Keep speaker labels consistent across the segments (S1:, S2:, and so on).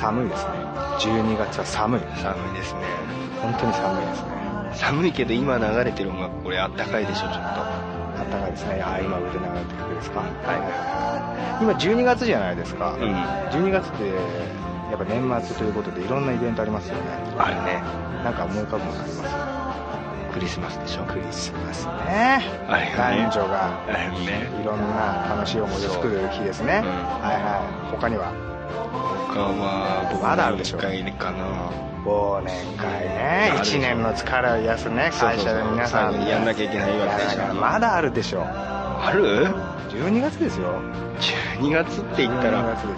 S1: 寒いですね12月は寒い
S2: 寒いですね
S1: 本当に寒いですね
S2: 寒いけど今流れてる音楽これあったかいでしょちょっと
S1: あったかいですねあ今腕流れてる曲ですかはい
S2: い
S1: はいはい今12月じゃないですか、
S2: うん
S1: 12月ってやっぱ年末ということでいろんなイベントありますよね
S2: あるね
S1: なんか思い浮かぶものあります
S2: クリスマスでしょクリスマス
S1: ね
S2: あれがね
S1: 男女が
S2: あるね
S1: いろんな楽しい思い出を作る日ですね、
S2: う
S1: はい
S2: ん
S1: はい他には
S2: 他は僕
S1: まだあるでしょ
S2: もう一回かな
S1: 忘年会ね
S2: あるでしょ
S1: 1年の疲れを癒すね
S2: そ
S1: 会
S2: うそうそう
S1: 社の皆さん
S2: 最後にやんなきゃいけないわけでしょ
S1: やまだあるでしょ
S2: ある
S1: 12月ですよ
S2: ?12 月って言った
S1: 12
S2: ら
S1: 月ですよ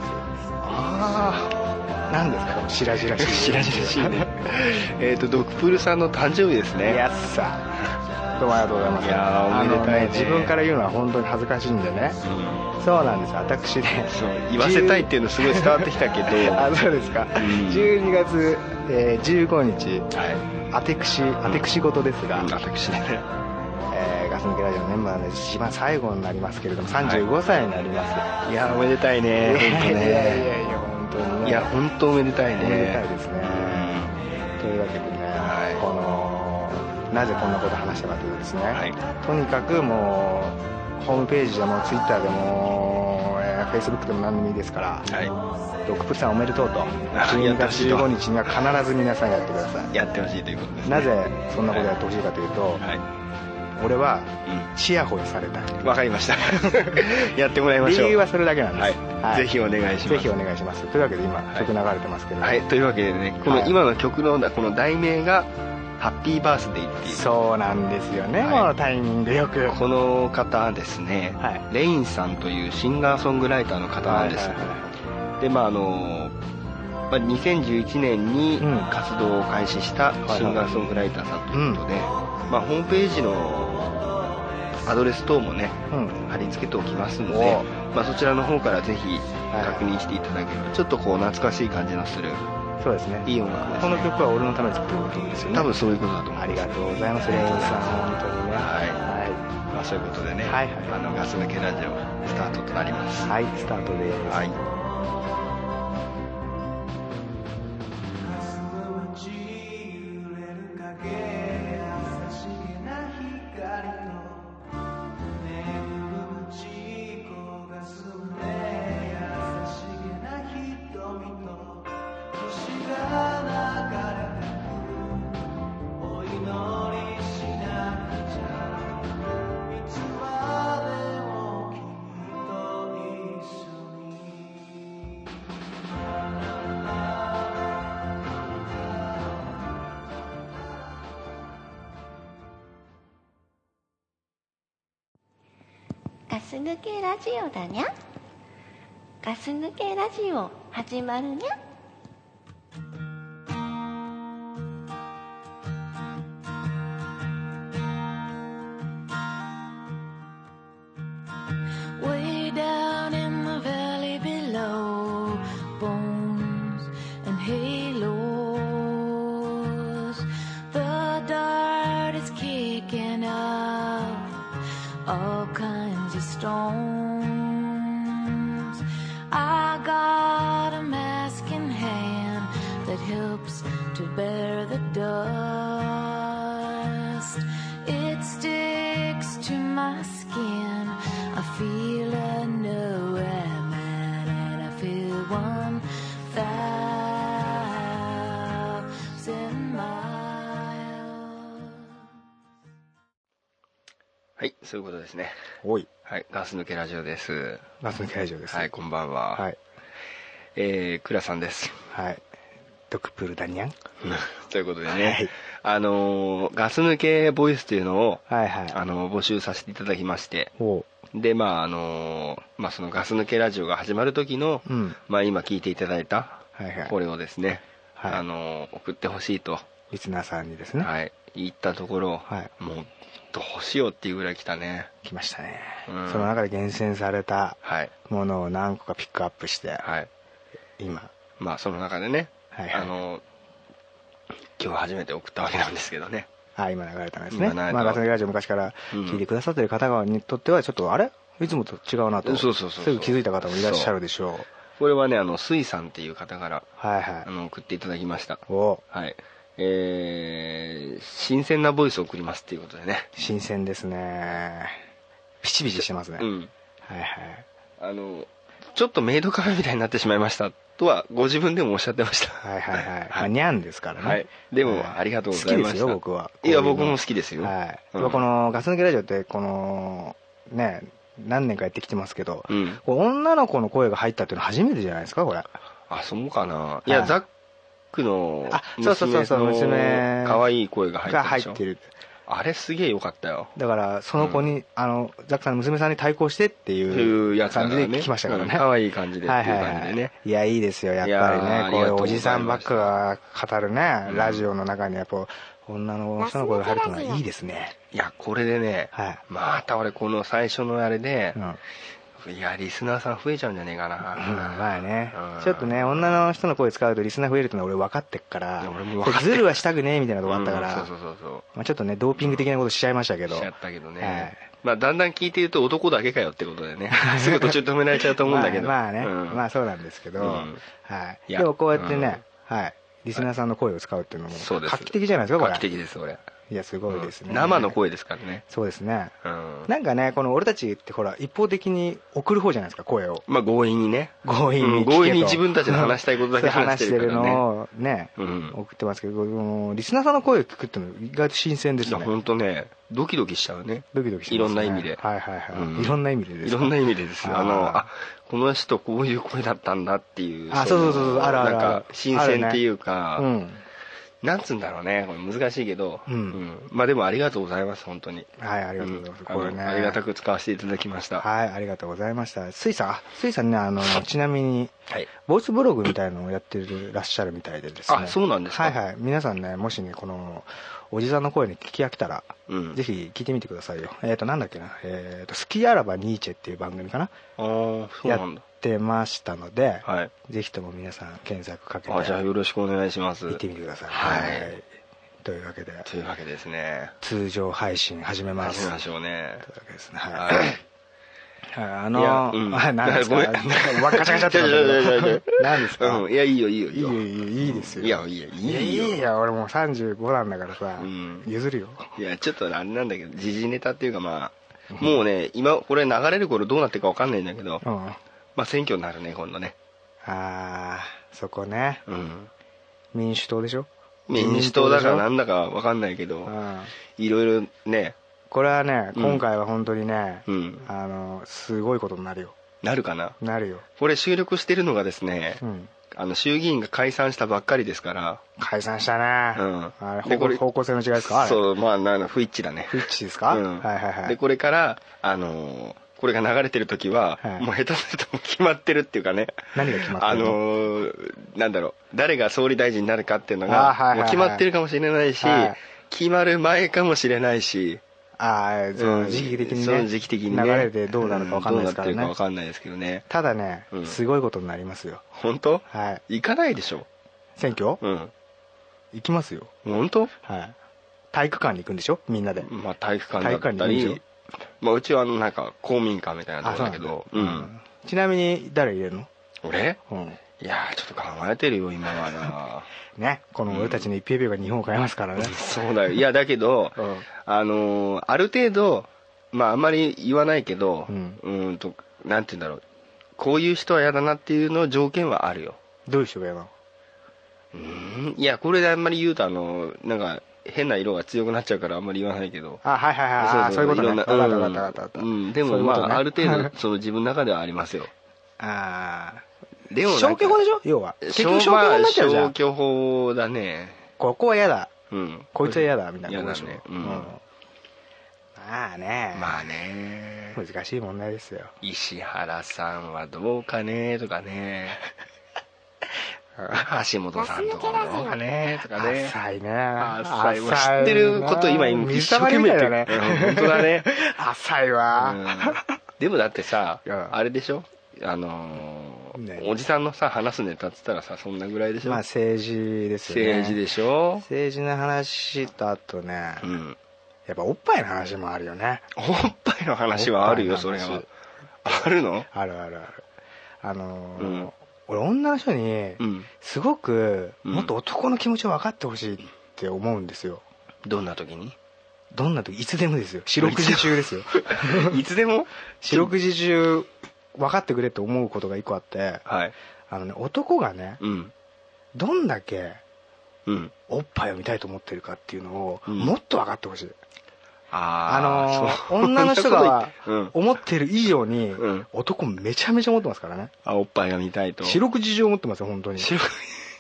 S2: あ
S1: 何ですか白々
S2: あ
S1: しい
S2: しらじらしいねえっとドクプルさんの誕生日です
S1: い
S2: ね
S1: やっさどうもありがとうございます
S2: いやーおめでたいね
S1: あの自分から言うのは本当に恥ずかしいんでね
S2: うん
S1: そうなんです私ね
S2: そう言わせたいっていうのすごい伝わってきたけど
S1: あそうですか、
S2: うん
S1: 12月、えー15日
S2: はい
S1: あてくしあてくし事ですが、
S2: 私ね
S1: えーガス抜けラジオのメンバーの一番最後になりますけれども35歳になります、
S2: いやおめでた
S1: い
S2: い
S1: や
S2: ね
S1: い
S2: 本
S1: やいや
S2: 当
S1: い
S2: ね
S1: やいや本当にね
S2: いや本当おめでたいね
S1: おめでたいですね、というわけでね、
S2: はい
S1: このなぜこんなこと話したかというとですね、
S2: はい
S1: とにかくもうホームページでもツイッターでも、えー、Facebook でも何でもいいですから
S2: うんは
S1: 「ドクプルさんおめでとうと」
S2: や
S1: 12
S2: った
S1: 月
S2: しと
S1: 15日には必ず皆さんやってくださ
S2: いやってほしいということです、
S1: い
S2: ね、
S1: なぜそんなことやってほしいかというと、
S2: は
S1: 俺はいチヤホヤされたい
S2: うんわかりま したやってもらいま
S1: 理
S2: しょう
S1: 由はそれだけなんです、
S2: はいぜひお願いします
S1: ぜひお願いしますというわけで今、
S2: はい
S1: 曲流れてますけれども、
S2: はいというわけでねこ
S1: は
S2: の
S1: い
S2: 今の曲のこの題名が「ハッピーバースデー」っていう
S1: そうなんですよね、
S2: はい
S1: このタイミングでよく
S2: この方ですね、
S1: はい
S2: レインさんというシンガーソングライターの方なんです、
S1: はいはいはい
S2: でまああの、まあ、2011年に
S1: うん
S2: 活動を開始した
S1: はい
S2: シンガーソングライターさんということで、まあ、ホームページのアドレス等もね
S1: うん
S2: 貼り付けておきますので
S1: お、
S2: まあ、そちらの方からぜひ
S1: はい
S2: 確認していただければ、ちょっとこう懐かしい感じのする
S1: そうですね
S2: いい音楽です、
S1: こ
S2: ね
S1: の、曲は俺のために作ってることですよね
S2: 多分そういうことだと思
S1: あ
S2: い
S1: り
S2: ます
S1: がとうございますレインさん本当にね
S2: はまあ、そういうことでね、
S1: はいはい
S2: あのガス抜けラジオスタートとなります
S1: はい、はい、スタートです、
S2: はい
S3: ガス抜けラジオだにゃガス抜けラジオ始まるにゃ
S4: To bear the dust, it sticks to my skin. I feel a new man and I feel one thousand miles.
S2: はいそういうことですね
S1: おい
S2: はいガス抜けラジオです
S1: ガス抜けラジオです
S2: はいこんばんは、
S1: はい
S2: えー、倉さんです
S1: はいドクプルダニャン
S2: ということでね、
S1: はい
S2: あのーガス抜けボイスというのを、
S1: はいはい
S2: あのー募集させていただきまして
S1: おう
S2: でまああのーまあ、そのガス抜けラジオが始まる時の、
S1: うん
S2: まあ、今聞いていただいた
S1: はいはい
S2: これをですね、
S1: はい
S2: あのー送ってほしいと、
S1: リスナーさんにですね、
S2: はい、言ったところ、
S1: はい
S2: もうどうしようっていうぐらい来たね
S1: 来ましたね、
S2: うん
S1: その中で厳選された
S2: はい
S1: ものを何個かピックアップして、
S2: はい
S1: 今
S2: まあその中でね、
S1: はいはい
S2: あの今日初めて送ったわけなんですけどね
S1: あ今流れたんですね、
S2: 今流れた
S1: まあ、ガス抜けラジオ昔から聞いてくださってる方々にとってはちょっとあれいつもと違うなと
S2: そうそうそうそう
S1: すぐ気づいた方もいらっしゃるでしょう
S2: これはねあのスイさんっていう方から
S1: はい
S2: あ
S1: はい
S2: の送っていただきました
S1: お
S2: はいえー、新鮮なボイスを送りますっていうことでね
S1: 新鮮ですねピチピチしてますね、
S2: うん
S1: はいはい
S2: あのちょっとメイドカフェみたいになってしまいましたとはご自分でもおっしゃってました
S1: はいはいはい、ま
S2: は
S1: あ、
S2: い
S1: にゃんですからね、
S2: はいで
S1: は
S2: も
S1: い
S2: ありがとうございま
S1: 好き
S2: した
S1: ですよ僕はい
S2: や僕も好きですよ
S1: はい、
S2: うん
S1: やっぱこのガス抜けラジオってこのね何年かやってきてますけど、
S2: うん
S1: こう女の子の声が入ったっていうのは初めてじゃないですかこれ
S2: あそうかな
S1: はい
S2: いや、ザックの
S1: あそうそうそうそう娘
S2: 可愛い声が入って
S1: が
S2: る
S1: 入っ
S2: でしょ
S1: てる
S2: あれすげえ良かったよ
S1: だからその子に、あのザックさんの娘さんに対抗してって
S2: っていう
S1: い
S2: や
S1: う
S2: つだ
S1: 感
S2: か
S1: じ
S2: らね
S1: で聞きましたからね、
S2: うん可愛い感じでって
S1: はいいうはい
S2: 感じでね
S1: いやいいですよやっ
S2: いやー
S1: ぱ
S2: あ
S1: り
S2: り
S1: ね
S2: がとう
S1: こういう
S2: ご
S1: お
S2: ざいま
S1: じ
S2: す
S1: さんばっかが語るね、
S2: うん
S1: ラジオの中にやっぱ女の人の声が入るってのはいいですね
S2: いやこれでね、
S1: はい
S2: また俺この最初のあれで
S1: うん、うん、
S2: いやリスナーさん増えちゃうんじゃねえかな、
S1: まあね、
S2: うん
S1: ちょっとね女の人の声使うとリスナー増えるってのは俺分かってっか
S2: い
S1: ら
S2: や俺も分かってる
S1: ズルはしたくねえみたいなとこあったから、
S2: うんそうそうそう
S1: まあ、ちょっとねドーピング的なことしちゃいましたけ
S2: そ
S1: ど
S2: うしちゃったけどね、
S1: はい
S2: まあだんだん聞いてると男だけかよってことでね すぐ途中で止められちゃうと思うんだけど
S1: まあ、まあね、
S2: うん
S1: まあそうなんですけど、
S2: うん
S1: はい
S2: いや
S1: でもこうやってね、はいリスナーさんの声を使うっていうのも
S2: そうです
S1: 画期的じゃないですかこれ
S2: 画期的です俺
S1: いやすごいですね、
S2: うん生の声ですからね
S1: そうですね
S2: うん
S1: なんかねこの俺たちってほら一方的に送る方じゃないですか声を
S2: まあ強引にね
S1: 強引に聞
S2: う
S1: け
S2: ん
S1: と、
S2: 強引に自分たちの話したいことだけ話してるからね
S1: そう話してるのをね、
S2: うん
S1: 送ってますけどこのリスナーさんの声を聞くっていうの意外と新鮮です
S2: いや
S1: ね
S2: 本当ねドキドキしちゃうね
S1: ドキドキしますね
S2: いろんな意味で
S1: はいはいはい、
S2: うん
S1: いろんな意味でです
S2: い
S1: か
S2: ろんな意味でですよ
S1: あー
S2: あのあこの人こういう声だったんだっていう
S1: あそうそうそうそう
S2: の
S1: あるある
S2: なん
S1: あ
S2: か
S1: る
S2: 新鮮っていうか、
S1: うん
S2: なんつうんだろうねこれ難しいけど、
S1: うん
S2: まあでもありがとうございます本当に
S1: はいありがとうございます、
S2: ん
S1: これね
S2: あのありがたく使わせていただきました
S1: はいありがとうございましたスイさんあスイさんねあのちなみに
S2: はい
S1: ボイスブログみたいのをやってるらっしゃるみたいでですね
S2: あそうなんですか
S1: はいはい皆さんねもしねこのおじさんの声に聞き飽きたら、
S2: うん
S1: ぜひ聞いてみてくださいよえっ、となんだっけなえっ、と「好きあらばニーチェ」っていう番組かな
S2: ああーそう
S1: や
S2: なんだ
S1: ってましたので、
S2: はい
S1: ぜひとも皆さん検索かけて
S2: あじゃあよろしくお願いします
S1: 見てみてください
S2: はい
S1: というわけで
S2: というわけですね
S1: 通常配信始めます
S2: 始めましょうね
S1: というわけですねはい
S2: はい
S1: あ
S2: い
S1: の
S2: やうん
S1: あ何ですか
S2: ごめん
S1: わっかちゃがちゃってな
S2: ちょちょちょちょちょ
S1: んだけど何ですか
S2: うん、いやいいよいいよ
S1: いいよいいよいいですよ
S2: いやいいよいい
S1: いや
S2: よ
S1: いいや俺もう35なんだからさ、
S2: うん
S1: 譲るよ
S2: いやちょっとあれなんだけど時事ネタっていうかまあもうね今これ流れる頃どうなってるかわかんないんだけど
S1: うんあ
S2: まあ選挙になるね今度ね
S1: あーそこね
S2: うん
S1: 民主党でしょ
S2: 民主党だからな
S1: 自
S2: んだかわかんないけ
S1: 民
S2: ど
S1: 党でしょうん
S2: いろいろね
S1: これはね
S2: うん
S1: 今回は本当にね、
S2: うん
S1: あのすごいことになるよ
S2: なるかな
S1: なるよ、
S2: これ収録してるのがですね
S1: うん、
S2: あの衆議院が解散したばっかりですから
S1: 解散したね、
S2: うん
S1: あれ
S2: で
S1: 方
S2: こ
S1: 向
S2: れ
S1: 方向性の違いですかあれ
S2: そうまあなんか不一致だね
S1: 不一致ですか、
S2: うん
S1: はいはいは
S2: で
S1: い
S2: これからあのーこれが流れてる時は、
S1: はい
S2: もう下手な人も決まってるっていうかね
S1: 何が決まってるの
S2: あのーなんだろう誰が総理大臣になるかっていうの
S1: あーはいはいはい
S2: がもう決まってるかもしれないし、
S1: はい
S2: 決まる前かもしれないし、
S1: ああその
S2: うん
S1: 時期的に
S2: そ
S1: ね,、
S2: の時期的にね
S1: 流れでどうなるか分かんないですから
S2: う
S1: ね、
S2: んどうなってるか分かんないですけどね
S1: ただね、
S2: うん
S1: すごいことになりますよ
S2: 本当
S1: はい
S2: 行かないでしょ
S1: 選挙、
S2: うん
S1: 行きますよ
S2: 本当
S1: はい体育館に行くんでしょみんなで、
S2: まあ体育館だっ
S1: 体育
S2: た
S1: 館にいるで
S2: り
S1: し
S2: まあうちはあのなんか公民館みたいなとこ
S1: そうな
S2: だ
S1: ん
S2: けど
S1: だうんちなみに誰入れるの
S2: うん俺
S1: うん
S2: いやーちょっと考えてるよ今はな
S1: ねこの俺たちの一票一票が日本を変えますからね、
S2: そうだよいやだけど、
S1: うん
S2: あのーある程度まああんまり言わないけど
S1: うん
S2: ーんとなんて言うんだろうこういう人は嫌だなっていうの条件はあるよ
S1: どういう人がやるの
S2: うんいやこれであんまり言うとあのなんか変な色が強くなっちゃうからあんまり言わないけど
S1: あはいはいはいあそういうことね
S2: ろんな
S1: 分かった分かった分かった
S2: う
S1: 分かった
S2: んでも
S1: そういう
S2: ま
S1: ことね
S2: あある程度その自分の中ではありますよ
S1: ああ
S2: でもなんか
S1: 消去法でしょ要は結局消去法になっちゃうじゃん
S2: 消去法だね
S1: ここは嫌だ
S2: うん
S1: こいつは嫌だみたいな
S2: 嫌
S1: こと
S2: だ
S1: でしょ
S2: ねう
S1: うん
S2: ん
S1: まあね、
S2: まあね
S1: 難しい問題ですよ
S2: 石原さんはどうかねとかね 橋本さんとかはどうかねとかね
S1: 浅いね
S2: 浅いもう知ってること今
S1: 浅いな
S2: 一
S1: 水
S2: 生
S1: たま
S2: 懸
S1: りみ
S2: 命
S1: た
S2: や
S1: い
S2: っ
S1: だね
S2: てるうん本当 だね
S1: 浅いわ
S2: うんでもだってさ
S1: うん
S2: あれでしょあのー
S1: ね
S2: おじさんのさ話すネタっつったらさそんなぐらいでしょ
S1: まあ政治ですよね
S2: 政治でしょ
S1: 政治の話とあとね、
S2: うん
S1: やっぱおっぱいの話もあるよね
S2: おっぱいの話はある
S1: お
S2: よ
S1: っぱ
S2: そ
S1: いの
S2: れ
S1: 話
S2: はあるの
S1: あるあるあるあのー
S2: うん
S1: 俺女の人に
S2: うん
S1: すごく
S2: うん
S1: もっと男の気持ちを分かってほしいって思うんですよ
S2: どんな時に
S1: どんな時いつでもですよ四六時中 ですよ
S2: いつでも
S1: 四六時中分かってくれって思うことが一個あって
S2: はい
S1: あのね男がね
S2: うん
S1: どんだけ
S2: うん
S1: おっぱいを見たいと思ってるかっていうのを
S2: うん
S1: もっと分かってほしいあの
S2: あ
S1: ー
S2: ーそう
S1: 女の人が
S2: そんなこと言って
S1: 思ってる以上に
S2: うん
S1: 男めちゃめちゃ思ってますからね
S2: うんあおっぱいが見たいと
S1: 四六時中思ってますよ本当に
S2: 四六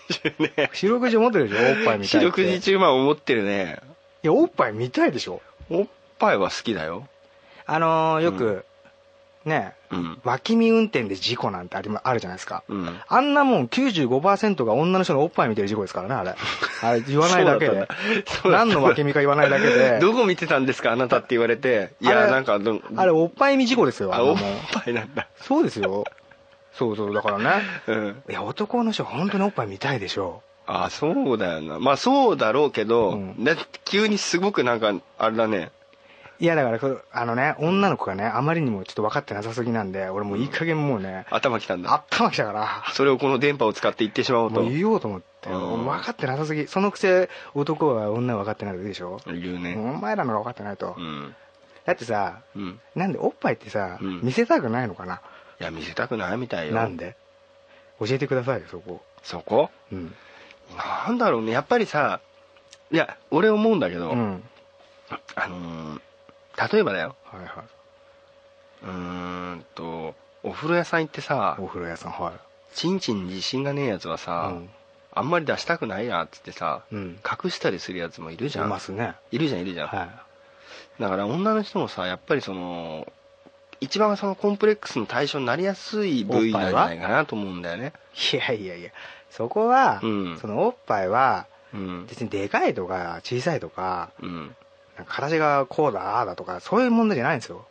S2: 時中ね
S1: 四六時中思ってるでしょおっぱい見た
S2: 四
S1: いっ
S2: 六
S1: て
S2: 時中まあ思ってるね
S1: いやおっぱい見たいでしょ
S2: おっぱいは好きだよ
S1: あのーよく、ね
S2: うん
S1: 脇見運転で事故なんてありまあるじゃないですか、
S2: うん
S1: あんなもん95%が女の人のおっぱい見てる事故ですからねあ れあれ言わないだけ
S2: そうだっ
S1: で
S2: たんそうだった
S1: 何
S2: んだ
S1: の脇見か言わないだけで
S2: どこ見てたんですかあなたって言われてい
S1: あ
S2: や
S1: れ
S2: なんかど
S1: あれおっぱい見事故ですよあ
S2: あ
S1: んな
S2: お
S1: も
S2: っ
S1: ん
S2: ぱいなんだ
S1: そうですよそうそうだからね
S2: うん
S1: いや男の人本当におっぱい見たいでしょ
S2: あそうだよなまあそうだろうけど、
S1: うん
S2: だって急にすごくなんかあれだね
S1: いやだからこれあのね女の子がねあまりにもちょっと分かってなさすぎなんで俺もういい加減もうね、
S2: 頭きたんだ
S1: 頭きたから
S2: それをこの電波を使って言ってしまおう
S1: も
S2: と
S1: う言おうと思って
S2: うん
S1: 分かってなさすぎそのくせ男は女は分かってないでしょ、
S2: 言うね
S1: お前らのが分かってないと、
S2: うん
S1: だってさ
S2: うん
S1: なんでおっぱいってさ、
S2: うん
S1: 見せたくないのかない
S2: や見せたくないみたいよ
S1: なんで教えてくださいよそこ
S2: そこ
S1: うん
S2: なんだろうねやっぱりさいや俺思うんだけど、
S1: うん
S2: あのー例えばだよ
S1: はいはいう
S2: ーんとお風呂屋さん行ってさ
S1: お風呂屋さんはい
S2: チンチンに自信がねえやつはさ、
S1: うん
S2: あんまり出したくないなっつってさ、
S1: うん
S2: 隠したりするやつもいるじゃ
S1: い
S2: ん
S1: ますね
S2: いるじゃんいるじゃん、
S1: は
S2: だから女の人もさやっぱりその一番そのコンプレックスの対象になりやすい部位なんじゃないかなと思うんだよね
S1: いいやいやいやそこは、
S2: うん
S1: そのおっぱいは
S2: うん
S1: 別にでかいとか小さいとか
S2: うん
S1: なんか形がこうだああだとかそういう問題じゃないんですよ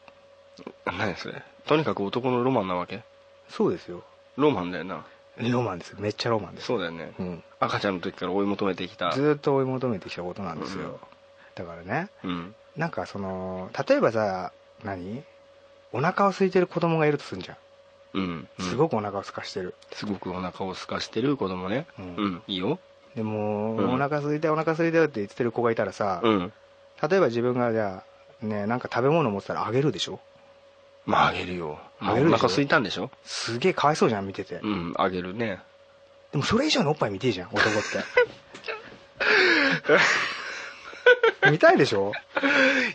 S2: 何それとにかく男のロマンなわけ
S1: そうですよ
S2: ロマンだよな
S1: ロマンですめっちゃロマンです
S2: そうだよね、
S1: うん
S2: 赤ちゃんの時から追い求めてきた
S1: ずーっと追い求めてきたことなんです
S2: うん
S1: よ、だからね
S2: うん
S1: なんかその例えばさ何お腹を空いてる子供がいるとすんじゃん
S2: うんうん
S1: すごくお腹を空かしてる、
S2: すごくお腹を空かしてる子供ね
S1: うん
S2: うんいいよ
S1: でも、
S2: うん
S1: お腹空いたよお腹空いたよって言ってる子がいたらさ、
S2: うん
S1: 例えば自分がじゃあねなんか食べ物持ってたらあげるでしょ
S2: まああげるよまあ
S1: あ
S2: お
S1: げるでしょ
S2: 腹空いたんでしょ
S1: すげえかわいそうじゃん見てて、
S2: うんあげるね
S1: でもそれ以上のおっぱい見てえじゃん男 って見たいでしょ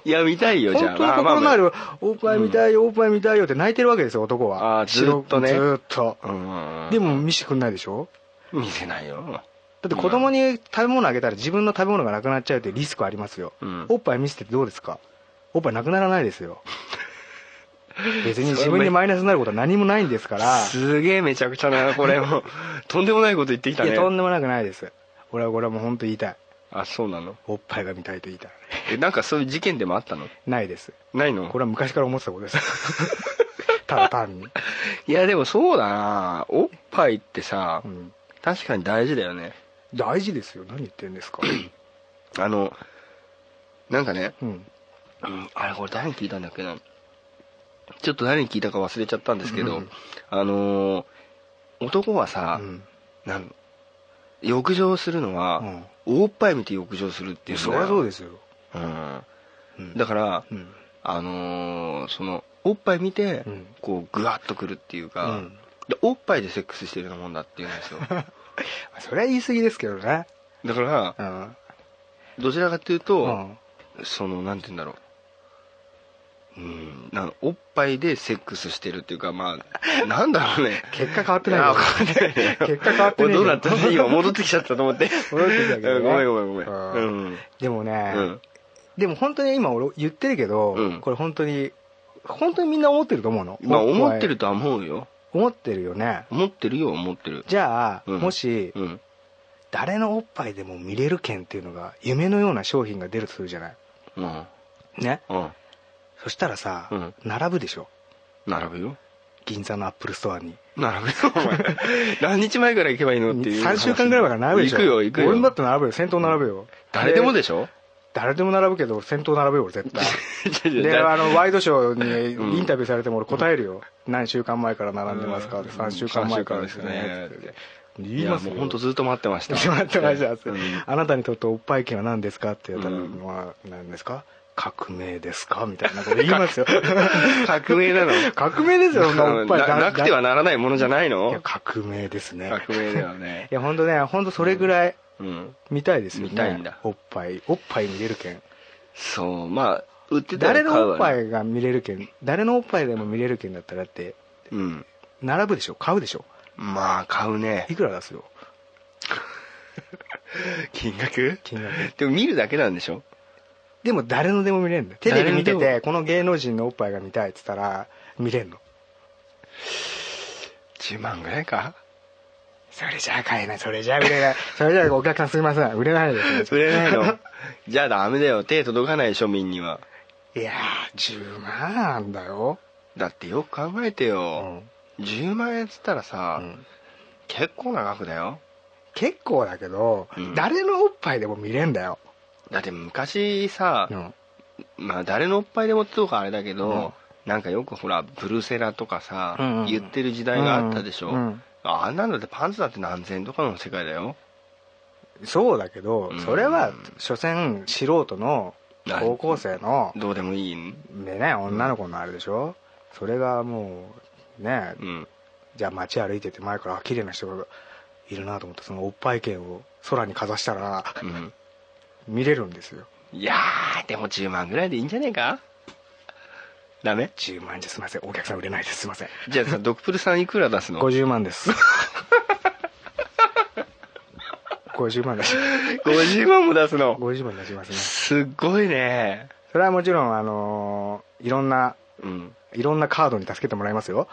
S2: いや見たいよじゃ
S1: 本
S2: あ
S1: 当の
S2: ま
S1: 心
S2: あま
S1: の
S2: あ
S1: あるおっぱい見たいよ、おっぱい見たいよって泣いてるわけですよ男は
S2: あーずーっとね
S1: ずーっと、
S2: うん
S1: でも見せてくんないでしょ
S2: 見せないよ
S1: だって子供に食べ物あげたら自分の食べ物がなくなっちゃうっていうリスクありますよ、
S2: うん
S1: おっぱい見せてどうですかおっぱいなくならないです よ別に自
S2: それ
S1: 分
S2: め
S1: にマイナスになることは何もないんですから
S2: すげえめちゃくちゃなこれも とんでもないこと言ってきた
S1: い
S2: ね
S1: やとんでもなくないです俺はこれはもう本当言いたい
S2: あそうなの
S1: おっぱいが見たいと言いたい
S2: えなんかそういう事件でもあったの
S1: ないです
S2: ないの
S1: これは昔から思ってたことです ただ単に、
S2: いやでもそうだなおっぱいってさ、
S1: うん
S2: 確かに大事だよね
S1: 大事ですよ何言ってんですか
S2: あのなんかね、
S1: うん
S2: うんあれこれ誰に聞いたんだっけなちょっと誰に聞いたか忘れちゃったんですけど、
S1: うん
S2: あのー男はさ、
S1: うん
S2: なん浴場するのは、おっぱい見て浴場するっていう、
S1: そりゃそうですすよ、
S2: うん
S1: うん
S2: だから、
S1: うん
S2: あのーそのおっぱい見て、
S1: うん
S2: こうグワッとくるっていうか、
S1: うん
S2: でおっぱいでセックスしてるようなもんだっていうん ですよ
S1: それは言い過ぎですけどね
S2: だから
S1: うん
S2: どちらかというと、
S1: うん
S2: そのなんて言うんだろううんなんおっぱいでセックスしてるっていうかま あなんだろうね
S1: 結果変わって
S2: い
S1: ない
S2: や
S1: よ
S2: わかんないね
S1: 結果変わってねえ
S2: 俺
S1: よ
S2: どうなったの今戻ってきちゃったと思って
S1: 戻ってきたけどね
S2: ごめんごめんごめん
S1: うん
S2: うん
S1: でもね、
S2: うん
S1: でも本当に今俺言ってるけど、
S2: うん
S1: これ本当に本当にみんな思ってると思うの
S2: まあ
S1: おぱい
S2: 思ってるとは思うよ
S1: 思ってるよね
S2: 思ってるよ思ってる
S1: じゃあ、
S2: うん
S1: もし、
S2: うん
S1: 誰のおっぱいでも見れる券っていうのが夢のような商品が出るとするじゃない
S2: うん
S1: ね
S2: うん
S1: そしたらさ、
S2: うん
S1: 並ぶでしょ
S2: 並ぶよ
S1: 銀座のアップルストアに
S2: 並ぶよお 前何日前から行けばいいのっていう
S1: 3週間ぐらい前から並ぶでしょ
S2: 行くよ行くよ
S1: 俺だって並ぶよ先頭並ぶよ
S2: 誰でもでしょ
S1: 誰でも並ぶけど先頭並ぶよ俺絶対
S2: いやい
S1: で
S2: や
S1: あのワイドショー
S2: うん
S1: にインタビューされても俺答えるよ、何週間前から並んでますかって
S2: うん
S1: 3週間前からですね
S2: 三週間ですね
S1: って言って
S2: い
S1: 言い
S2: や
S1: ます
S2: も
S1: よ
S2: う本当ずっと待ってました
S1: 決まってましたっつって
S2: うん
S1: あなたにとっておっぱい券は何ですかって言ったら、
S2: うん
S1: まあ、何ですか革命ですかみたいなこと言います よ
S2: 革命なの
S1: 革命ですよそんなおっぱい
S2: ななくては
S1: な
S2: ならないものじゃない
S1: いや
S2: の
S1: 革命ですね
S2: 革命だよね
S1: いや本当ね本当それぐらい
S2: うん
S1: 見たいですよね、
S2: 見たいんだ
S1: おっぱいおっぱい見れる券
S2: そうまあ売ってたら
S1: 誰
S2: 買う
S1: のお
S2: わ
S1: っ
S2: ね
S1: ぱいが見れる券誰のおっぱいでも見れる券だったらだって
S2: うん
S1: 並ぶでしょ買うでしょ
S2: まあ買うね
S1: いくら出すよ
S2: 金額
S1: 金額
S2: でも見るだけなんでしょ
S1: でも誰のでも見れるんだよテレビ見て
S2: 誰ので
S1: てこの芸能人のおっぱいが見たいっつったら見れるの
S2: 10万ぐらいか
S1: それじゃあ買えないそれじゃあ売れないそれじゃあお客さんすいません売れないです
S2: 売れな いのじゃあダメだよ手届かない庶民にはい
S1: やー10万なんだよ、
S2: だってよく考えてよ、10万円っつったらさ、
S1: うん
S2: 結構な額だよ
S1: 結構だけど、
S2: うん
S1: 誰のおっぱいでも見れんだよ、
S2: だって昔さ、
S1: うん
S2: まあ誰のおっぱいでもってとかあれだけど、なんかよくほらブルセラとかさ、
S1: うんうん
S2: 言ってる時代があったでしょ、
S1: うん
S2: あんなんだってパンツだって何千円とかの世界だよ
S1: そうだけど、
S2: うん
S1: それは所詮素人の高校生の
S2: どうでもいいん
S1: ねね女の子のあれでしょそれがもうね
S2: うん
S1: じゃあ街歩いてて前からあ綺麗な人がいるなと思ってそのおっぱい券を空にかざしたら
S2: うん
S1: 見れるんですよ
S2: いやーでも10万ぐらいでいいんじゃねえかダメ
S1: 10万円じゃすいませんお客さん売れないですすいません
S2: じゃあさドクプルさんいくら出すの
S1: 50万です 50万出し
S2: 50万も出すの
S1: 50万出しますね
S2: すっごいね
S1: それはもちろんあのーいろんな
S2: うん
S1: いろんなカードに助けてもらいますよ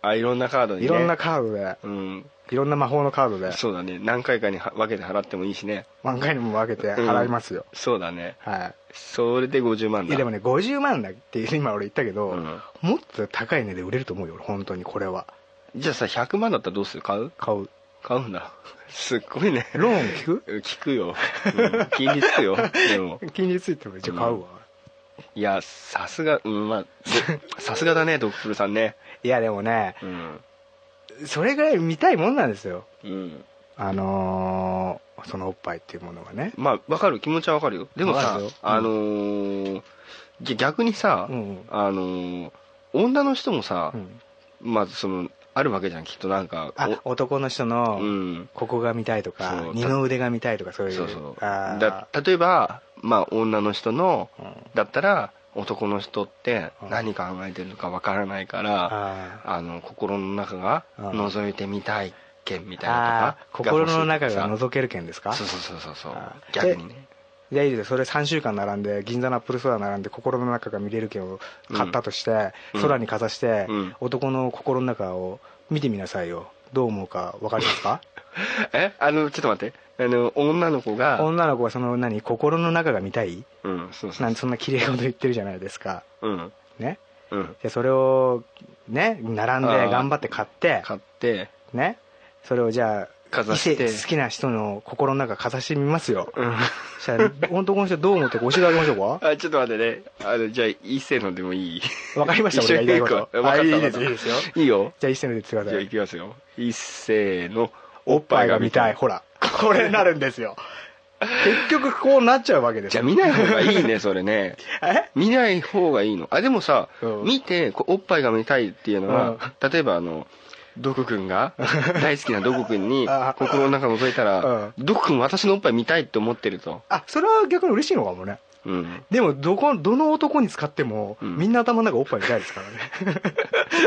S2: あいろんなカードに、ね、
S1: いろんなカードで
S2: うん
S1: いろんな魔法のカードで
S2: そうだね何回かには分けて払ってもいいしね
S1: 何回にも分けて払いますよ、
S2: そうだね
S1: は
S2: それで50万
S1: い、い
S2: だ
S1: やでもね50万だって今俺言ったけど、
S2: うん
S1: もっと高い値で売れると思うよ俺本当にこれは
S2: じゃあさ100万だったらどうする買う
S1: 買う
S2: 買うんだすっごいね
S1: ローン聞 く
S2: 聞くよ、うん、金利つくよでも
S1: 金利ついても一応買うわ、
S2: いやさすがうん まあでさすがだねドクプルさんね
S1: いやでもね
S2: うん
S1: それぐらい見たいもんなんですよ
S2: うん
S1: あのー、そのおっぱいっていうものがね
S2: まあわかる気持ちはわかるよでも
S1: わか
S2: さ
S1: るようん
S2: あのーぎ逆にさ、
S1: うん
S2: あのー女の人もさ、
S1: うん
S2: まずそのあるわけじゃんきっとなんか
S1: あ男の人
S2: おう
S1: の
S2: ん
S1: ここが見たいとか、
S2: そう
S1: 二の腕が見たいとかそういう
S2: そうそう
S1: あー
S2: だ例えばまあ女の人の
S1: うん
S2: だったら男の人って
S1: うん
S2: 何考えてるのかわからないから、
S1: あー
S2: あの心の中が
S1: うん
S2: 覗いてみたい件みたい
S1: あ
S2: な
S1: ー
S2: とか
S1: 心の中が
S2: 覗
S1: 覗ける件ですか
S2: そうそうそうそうそう
S1: あー
S2: 逆にね
S1: いやいいですよそれ3週間並んで銀座のアップルストア並んで心の中が見れる券を買ったとして、
S2: うん
S1: 空にかざして、
S2: うん
S1: 男の心の中を見てみなさいよどう思うか分かります か
S2: えあのちょっと待ってあの女の子が
S1: 女の子はその何心の中が見たい
S2: うんそうそ
S1: な
S2: うん
S1: てそんな綺麗なこと言ってるじゃないですか
S2: うん
S1: ね
S2: うん
S1: でそれをね並ん
S2: あ
S1: で
S2: ー
S1: 頑張って買って
S2: 買って
S1: ねそれをじゃあ
S2: かざして
S1: 異性好きな人の心の中かざしてみますよ
S2: うん
S1: そしたら本当この人どう思ってるか教えてあげましょうか
S2: あちょっと待ってねあのじゃあ一斉のでもいい
S1: わかりました
S2: 一緒
S1: 俺
S2: に
S1: が言い
S2: 行
S1: たい
S2: く
S1: こと
S2: わわかった
S1: あいい
S2: わ
S1: です
S2: かっ
S1: いい
S2: た
S1: ですよ
S2: いいよ
S1: じゃあ一斉に言ってくだ
S2: じゃ
S1: さ
S2: あ行
S1: い
S2: きますよ一斉の
S1: おっぱいが見たいほらこれになるんですよ結局こうなっちゃうわけです
S2: じゃあ
S1: よ
S2: 見ない方がいいねそれね
S1: え
S2: 見ない方がいいのあでもさ、
S1: うん
S2: 見てこうおっぱいが見たいっていうのは、例えばあのドク君が大好きなドク君に
S1: あ
S2: 心の中覗いたら、ドク君私のおっぱい見たいって思ってると、
S1: あそれは逆に嬉しいのかもね
S2: うん、
S1: でもどこどの男に使っても、
S2: うん
S1: みんな頭の中おっぱい見たいですからね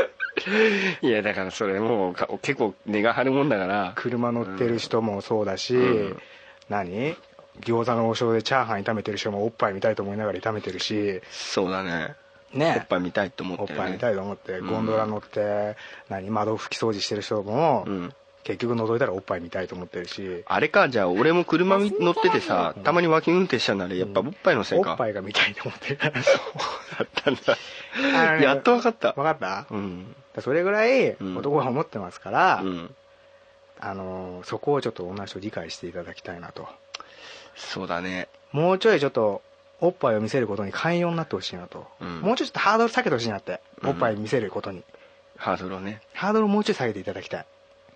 S2: いやだからそれもうか結構根が張るもんだから
S1: 車乗ってる人もそうだし、
S2: うん
S1: 何餃子の王将でチャーハン炒めてる人もおっぱい見たいと思いながら炒めてるし
S2: そうだねお
S1: ね
S2: っぱい見たいって思
S1: お
S2: っ
S1: って
S2: る、ね、
S1: ぱい見たいと思って
S2: うん
S1: ゴンドラ乗って、何窓拭き掃除してる人も、
S2: うん
S1: 結局覗いたらおっぱい見たいと思ってるし
S2: あれかじゃあ俺も車み乗っててさたまに脇運転しちゃうならやっぱおっぱいのせい
S1: お
S2: か、
S1: っぱいが見たいと思ってる
S2: だったんだ
S1: あのね
S2: やっとわかった
S1: わかった、
S2: うん
S1: それぐらい
S2: うん
S1: 男は思ってますから、
S2: うん
S1: あのーそこをちょっと同じ人理解していただきたいなと
S2: そうだね
S1: もうちょいちょっとおっぱいを見せることに寛容になってほしいなと、
S2: うん
S1: もうちょっとハードル下げてほしいなって
S2: うん
S1: おっぱい見せることに、
S2: ハードルをね
S1: ハードルをもうちょい下げていただきたい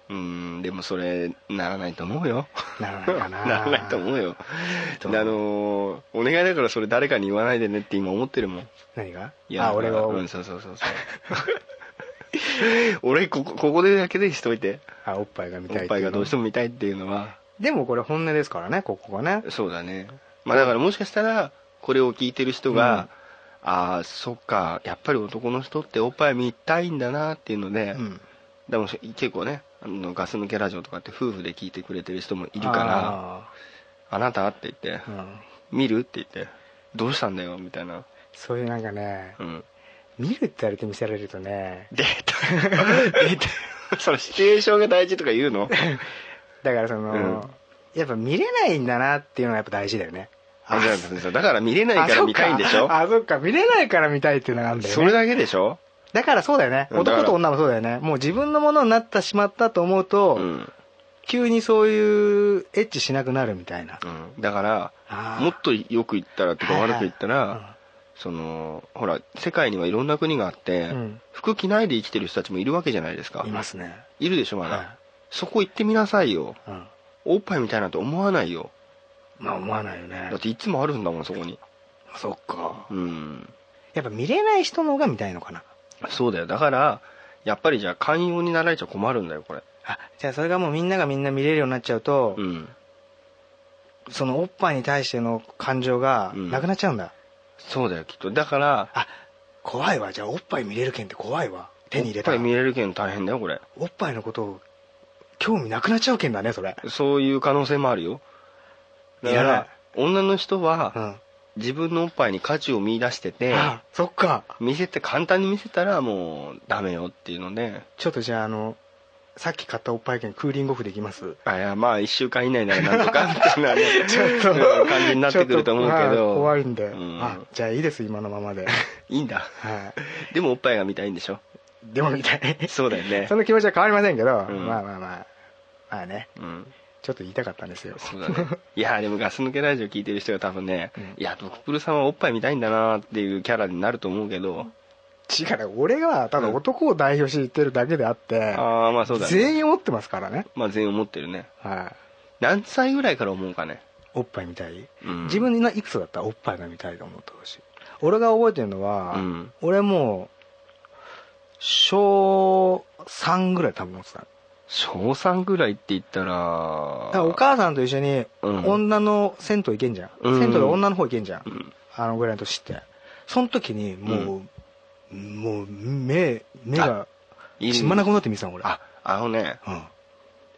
S2: うんでもそれならないと思うよ
S1: ならないかな
S2: ならないと思うよあ
S1: どう
S2: のーお願いだからそれ誰かに言わないでねって今思ってるもん
S1: 何が
S2: いや
S1: あ俺が、
S2: うんそうそうそうそう 俺ここここでだけでしといて
S1: あおっぱいが見
S2: お
S1: たい
S2: っぱいがどうして
S1: も
S2: も見たいっていうのは
S1: でもこれ本音ですからねここがね
S2: そうだねまあだからもしかしたらこれを聞いてる人が、ああそっかやっぱり男の人っておっぱい見たいんだなっていうので、
S1: うん
S2: でも結構ねあのガス抜けラジオとかって夫婦で聞いてくれてる人もいるから「あなた?」って言って
S1: あーうん
S2: 「見る?」って言って「どうしたんだよ」みたいな
S1: そういうなんかね
S2: うん
S1: 見るって言われて見せられるとね
S2: デートデートそのシチュエーションが大事とか言うの
S1: だからその、
S2: うん
S1: やっぱ見れないんだなっていうのはやっぱ大事だよね
S2: あじゃあだから見れない
S1: あ
S2: から見たいんでしょ
S1: そっかあそっか見れないから見たいっていうのがあるんだよ
S2: そ
S1: ね
S2: れだけでしょ
S1: だからそうだよね
S2: うんだから
S1: 男と女もそうだよねもう自分のものになってしまったと思うと、
S2: うん
S1: 急にそういうエッチしなくなるみたいな、
S2: うんだから
S1: あー
S2: もっとよく言ったらとか
S1: はいはい
S2: 悪く言ったらそのほら世界にはいろんな国があって
S1: うん
S2: 服着ないで生きてる人たちもいるわけじゃないですか
S1: いますね
S2: いるでしょま
S1: はい
S2: だそこ行ってみなさいよ
S1: うん
S2: おっぱいみたいなんて思わないよ
S1: まあ思わないよね
S2: だっていつもあるんだもんそこに
S1: そっか
S2: うん
S1: やっぱ見れない人の方が見たいのかな
S2: そうだよだからやっぱりじゃあ寛容になられちゃ困るんだよこれ
S1: あじゃあそれがもうみんながみんな見れるようになっちゃうと、
S2: うん
S1: そのおっぱいに対しての感情が
S2: うん
S1: なくなっちゃうんだ、
S2: そうだよきっとだから
S1: あ怖いわじゃあおっぱい見れる券って怖いわ手に入れた
S2: おっ
S1: ら
S2: ぱい見れるけん大変だよこれ
S1: おっぱいのことを興味なくなっちゃうけんだねそれ
S2: そういう可能性もあるよだか
S1: いらない
S2: ら女の人
S1: うん
S2: は自分のおっぱいに価値を見出してて、
S1: あそっか
S2: 見せて簡単に見せたらもうダメよっていうので
S1: ちょっとじゃああのさっき買ったおっぱい券クーリングオフできます
S2: あいやまあ1週間以内ならなんとかみたいなね
S1: ちょっと
S2: うん感じになってくると思う
S1: ちょ
S2: け
S1: っとま
S2: ど
S1: あ怖いんで、
S2: うん
S1: あじゃあいいです今のまま で
S2: いいんだ
S1: は
S2: でもおっぱいが見たいんでしょ
S1: いでもみたい
S2: そうだよね
S1: その気持ちは変わりませんけど、
S2: うん
S1: まあまあまあまあね
S2: うん
S1: ちょっと言いたかったんですよ
S2: そう だねいやでもガス抜けラジオ聞いてる人が多分ね、
S1: うん
S2: いやドクプルさんはおっぱい見たいんだなっていうキャラになると思うけど、
S1: 違う俺がただ男を代表して言ってるだけであって、
S2: ああまあそうだね
S1: 全員持ってますからね、
S2: まあ全員思ってるね
S1: はい
S2: 何歳ぐらいから思うかね、
S1: おっぱいみたい、
S2: うん
S1: 自分のいくつだったらおっぱいが見たいと思ってほしい俺が覚えてるのは、
S2: うん
S1: 俺もう小3ぐらい多分思ってただ
S2: 小3ぐらいって言ったら
S1: からお母さんと一緒に
S2: うん
S1: 女の銭湯行けんじゃん、
S2: うん
S1: 銭湯で女の方行けんじゃん、
S2: ん
S1: あのぐらいの年ってその時にもう、もう目目が
S2: いる
S1: 血まなくなって見てたの俺
S2: ああのね
S1: うん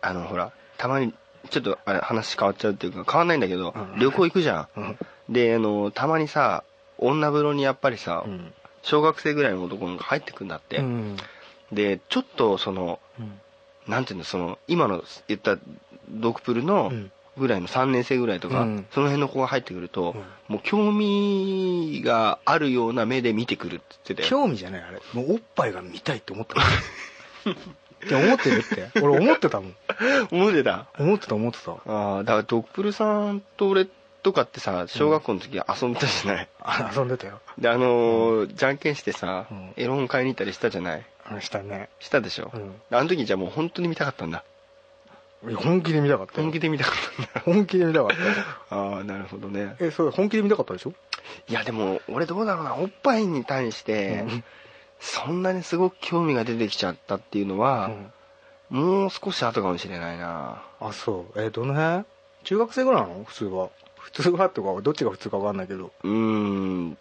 S2: あのほらたまにちょっとあれ話変わっちゃうっていうか変わんないんだけど、
S1: うん
S2: 旅行行くじゃん、
S1: うん
S2: であのたまにさ女風呂にやっぱりさ、
S1: うん
S2: 小学生ぐらいの男の子が入ってくんだって、
S1: うん
S2: でちょっとその
S1: うん
S2: なんていうのその今の言ったドクプルの
S1: うん
S2: ぐらいの3年生ぐらいとか、
S1: うん
S2: その辺の子が入ってくると、
S1: うん
S2: もう興味があるような目で見てくるって言ってたよ
S1: 興味じゃないあれもうおっぱいが見たいって思ったもん いや思ってるって俺思ってたもん
S2: 思ってた
S1: 思ってた思ってた
S2: ああだからドクプルさんと俺とかってさ小学校の時遊んでたじゃない、
S1: あ遊んでたよ
S2: であのーじゃんけんしてさ、
S1: うん
S2: エロ本買いに行ったりしたじゃない
S1: あの下ね
S2: したでしょ、
S1: うん
S2: あの時じゃあもう本当に見たかったんだ
S1: いや本気で見たかったよ
S2: 本気で見たかったんだ
S1: 本気で見たかったよ
S2: ああなるほどね
S1: えそう本気で見たかったでしょ
S2: いやでも俺どうだろうなおっぱいに対して
S1: うん
S2: そんなにすごく興味が出てきちゃったっていうの
S1: あ
S2: は、もう少し後かもしれないな
S1: あそうえどの辺中学生ぐらいなの普通は普通はとかどっちが普通か分かんないけど
S2: うーん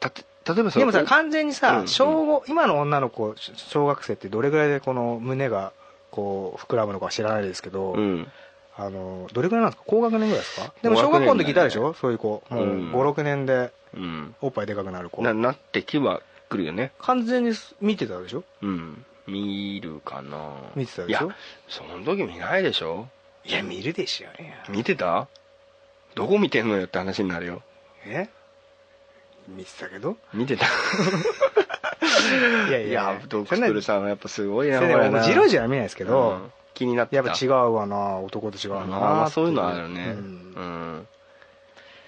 S2: たて例えばそ
S1: でも
S2: の
S1: さ完全に
S2: う
S1: さ
S2: ん
S1: 小五今の女の子し小学生ってどれぐらいでこの胸がこう膨らむのか知らないですけど、
S2: うん
S1: あのどれぐらいなんですか高学年ぐらいですかでも
S2: 高
S1: 小
S2: 学年
S1: 学校の時いたでしょ、そういう子もう
S2: うん
S1: 56年で
S2: うん
S1: おっぱいでかくなる子
S2: ななってきはくるよね
S1: 完全に見てたでしょ
S2: うん見るかな
S1: 見てたでしょ
S2: いやその時見ないでしょ
S1: いや見るでしょいや
S2: 見てたどこ見てんのよって話になるよ
S1: え見てたけど
S2: 見てた
S1: いや
S2: い
S1: い
S2: や
S1: や
S2: ド
S1: そ
S2: ク
S1: んな
S2: プルさんはやっぱすごいな
S1: それで
S2: お前
S1: も
S2: な
S1: ジロジロは見ないですけ
S2: う
S1: ど
S2: ん、気になってた
S1: やっぱ違うわな男と違う
S2: あ
S1: わな
S2: まあそういうのはあるね
S1: う
S2: うん
S1: ん、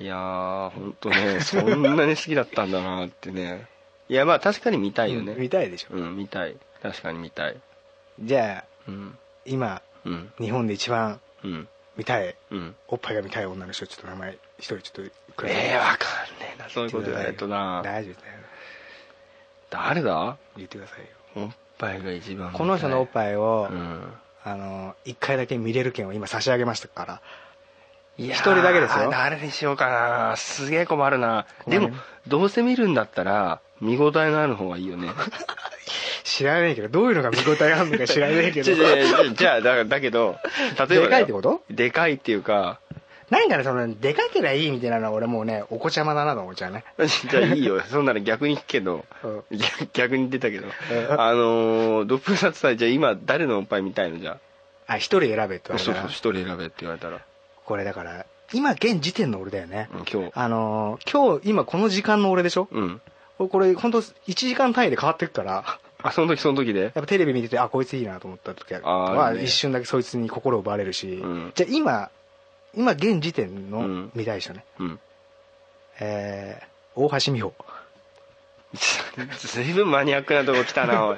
S2: いやー本当 ねそんなに好きだったんだなってねいやまあ確かに見たいよ
S1: 見
S2: ね
S1: たいでしょ、
S2: うん見たい確かに見たい
S1: じゃあ
S2: うん
S1: 今
S2: うん
S1: 日本で一番
S2: うん
S1: 見たい
S2: うん
S1: おっぱいが見たい女の人ちょっと名前一人ちょっとく
S2: えー、わかんねえなそういうこと言われるとな
S1: 大丈夫だよ
S2: 誰だ
S1: 言ってくださいよ
S2: おっぱいが一番見たい
S1: この人のおっぱいを、
S2: うん
S1: あの1回だけ見れる券を今差し上げましたから
S2: いやー
S1: 一人だけですよ
S2: 誰にしようかなすげえ困るな
S1: 困
S2: で
S1: る
S2: もどうせ見るんだったら見応えのある方がいいよね
S1: 知らねえけどどういうのが見応えあるのか知らね えけ
S2: じ
S1: ど
S2: ゃじゃあだだけど例え
S1: で
S2: ば
S1: かいってこと
S2: でかいっていうか
S1: なんかねそのでかけりゃいいみたいなのは俺もうねお子ちゃまだなと思っちゃうね
S2: じ ゃあいいよそんなら逆に聞くけど
S1: うん
S2: 逆逆に出たけど
S1: ん
S2: あのードップサツさんじゃあ今誰のおっぱい見たいのじゃ
S1: あ一人選べって言
S2: あ
S1: われ
S2: そう
S1: た
S2: そう
S1: ら
S2: 一人選べって言われたら
S1: これだから今現時点の俺だよね、
S2: うん今日
S1: あのー今日今この時間の俺でしょ、
S2: うん
S1: これ本当1時間単位で変わってくから
S2: あその時その時で
S1: やっぱテレビ見ててあこいついいなと思った時
S2: あー
S1: は、
S2: いいね
S1: 一瞬だけそいつに心奪われるし、
S2: うん
S1: じゃあ今今現時点
S2: う
S1: の
S2: ん
S1: 見たい人ね、
S2: うん
S1: えー大橋美穂
S2: ずいぶんマニアックなとこ来たなおい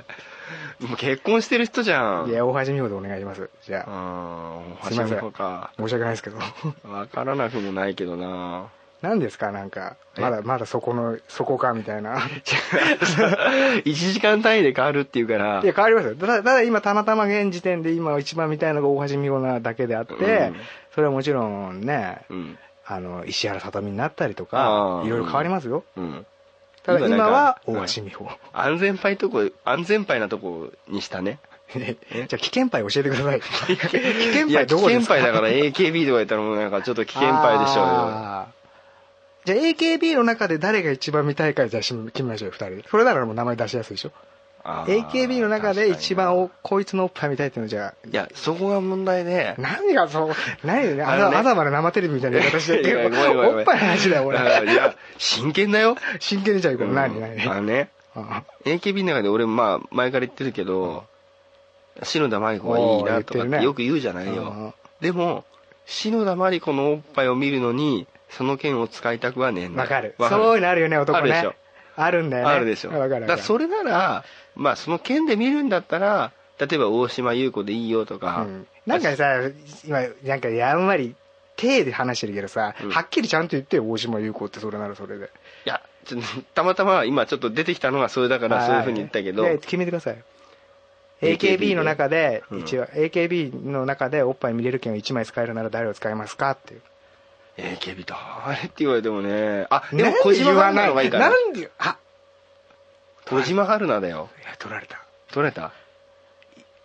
S2: もう結婚してる人じゃん
S1: いや大橋美穂でお願いしますじゃあ、
S2: ああ、
S1: すいません
S2: 橋本か。
S1: 申し訳ないですけど
S2: わからなくもないけどな。
S1: 何ですかなんか
S2: え
S1: まだまだそこのそこかみたいな
S2: 一時間単位で変わるっていうから
S1: い。や変わりますよただただ今たまたま現時点で今一番見たいのが大橋美穂なだけであって、
S2: うん
S1: それはもちろんね
S2: うん。
S1: あの石原さとみになったりと
S2: あ
S1: か
S2: ー
S1: いろいろ変わりますよ、
S2: うん。
S1: ただ
S2: 今
S1: 今は大
S2: なんか
S1: 橋美穂、
S2: 安全牌とこ、安全牌なとこにしたね。
S1: え じゃあ危険牌教えてく ださい危険
S2: いや
S1: 牌どこで
S2: 危
S1: す
S2: 険
S1: か
S2: 牌だから AKB とかやったらもうなんかちょっと危険牌でしょうよ。
S1: あーじゃあ AKB の中で誰が一番見たいかじゃあ決めましょうよ2人でそれならもう名前出しやすいでしょ
S2: あー
S1: AKB の中で一番お
S2: 確か
S1: こいつのおっぱい見たいっていうのじゃ
S2: にいや、そこが問題で
S1: あ。何がそう何でね
S2: あのね
S1: 朝まで生テレ ビみたいな形で
S2: い
S1: 言
S2: やごめ
S1: っ
S2: ん
S1: て
S2: ごめんごめん
S1: おっぱいの話だよ
S2: だからい
S1: 俺
S2: や、真剣だよ。
S1: 真剣にじゃあ行こう 何
S2: うんあの
S1: 何
S2: ね。
S1: あ
S2: AKB の中で俺まあ前から言ってるけど、篠田麻里子はいいなとかってよく言うじゃないよ、
S1: うん
S2: でも篠田麻里子のおっぱいを見るのにその剣を使いたくはねえん だ
S1: わかる
S2: わ
S1: そういうのあるよね男
S2: あるで
S1: ね
S2: しょ
S1: あるんだよね
S2: あるでしょ
S1: わかるわか
S2: だ
S1: る
S2: らそれならまあその剣で見るんだったら例えば大島優子でいいよとか、
S1: うんなんかさ今なんかやんわり手で話してるけどさ、
S2: うん
S1: はっきりちゃんと言ってよ大島優子ってそれならそれで
S2: いやちょっとたまたま今ちょっと出てきたのがそれだからそういうふうに言ったけど、
S1: いや決めてください
S2: AKB
S1: AKB の中で
S2: うん
S1: 一応、AKB の中でおっぱい見れる券を1枚使えるなら誰を使いますかっていう
S2: AKB 誰って言われてもねあでも小島
S1: なんで言わ
S2: 春菜の方が
S1: ない
S2: いかな
S1: なんであ
S2: 小島春菜だよ
S1: いや取られた
S2: 取れた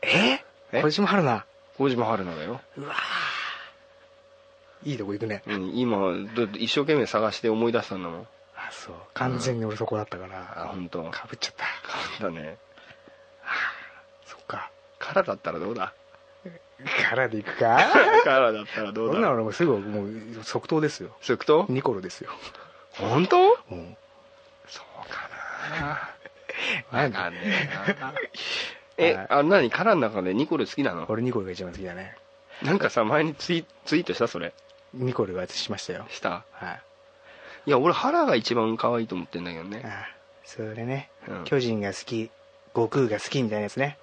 S1: え
S2: え
S1: 小島春菜
S2: 小島春菜だよ
S1: うわーいいとこ行くね、
S2: うん、今だって一生懸命探して思い出したんだもん
S1: あそう完全に俺そこだったから、
S2: あ本当。か
S1: かぶっちゃった
S2: だね
S1: そっか
S2: からだったらどうだ
S1: からでいくか
S2: からだったらど
S1: そんなの俺もうすぐもう即答ですよ
S2: 即答
S1: ニコルですよ、
S2: 本当
S1: うん、
S2: そうか な
S1: な
S2: わ
S1: ん
S2: かん
S1: で
S2: ねえなえあ何からの中でニコル好きなの
S1: 俺ニコルが一番好きだね
S2: なんかさ前にツイツイートしたそれ
S1: ニコルがしましたよ
S2: した
S1: はい
S2: いや俺腹が一番可愛いと思ってんだけどね
S1: あそれね、
S2: うん
S1: 巨人が好き悟空が好きみたいなやつね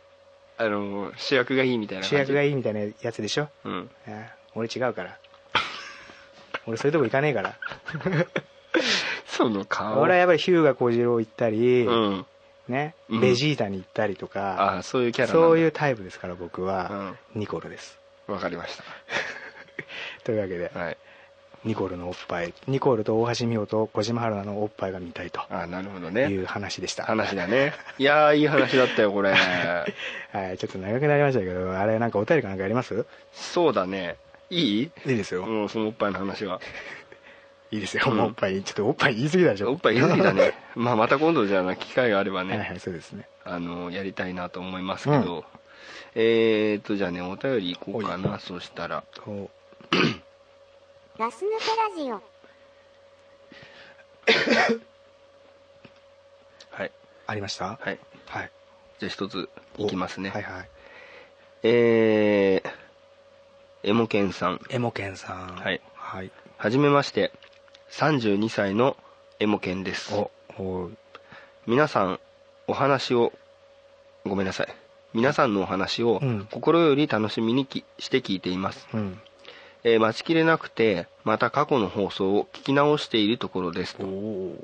S2: あの主役がいいみたいな
S1: 主役が
S2: いい
S1: いいみたいなやつでしょ
S2: うん
S1: あ俺違うから 俺そういうとこ行かねえから
S2: その顔
S1: 俺はやっぱり日向小次郎行ったり、
S2: うん
S1: ね
S2: うん
S1: ベジータに行ったりとか、
S2: あそういうキャラなんだ
S1: そういうタイプですから僕は、ニコルです
S2: わかりまし
S1: というわけで、
S2: たはい
S1: ニコルのおっぱいニコルと大橋美穂と小島春菜のおっぱいが見たいと
S2: あなるほどね
S1: いう話でした、
S2: 話だねいやーいい話だったよこれ
S1: はい、ちょっと長くなりましたけどあれなんかお便りかなんかあります
S2: そうだねいい
S1: いいですよ、
S2: もうそのおっぱいの話はい
S1: いですよ、
S2: うん
S1: もうおっぱいちょっとおっぱい 言い過ぎたでしょ
S2: おっぱい言い過ぎだねまあまた今度じゃあ機会があれば
S1: はいは
S2: ね
S1: いそうですね
S2: あのやりたいなと思いますけど、えーっとじゃあねお便り行こうかなそしたら
S1: と
S3: ガス抜けラジオ
S2: はい
S1: ありました
S2: はい
S1: はい
S2: じゃあ一ついきますね、
S1: はいはい
S2: えーエモケンさん
S1: エモケンさん
S2: はい
S1: はい
S2: はじめまして32歳のエモケンです
S1: おおい
S2: 皆さんお話をごめんなさい皆さんのお話を
S1: うん
S2: 心より楽しみにきして聞いています、
S1: うん
S2: えー待ちきれなくてまた過去の放送を聞き直しているところですと
S1: お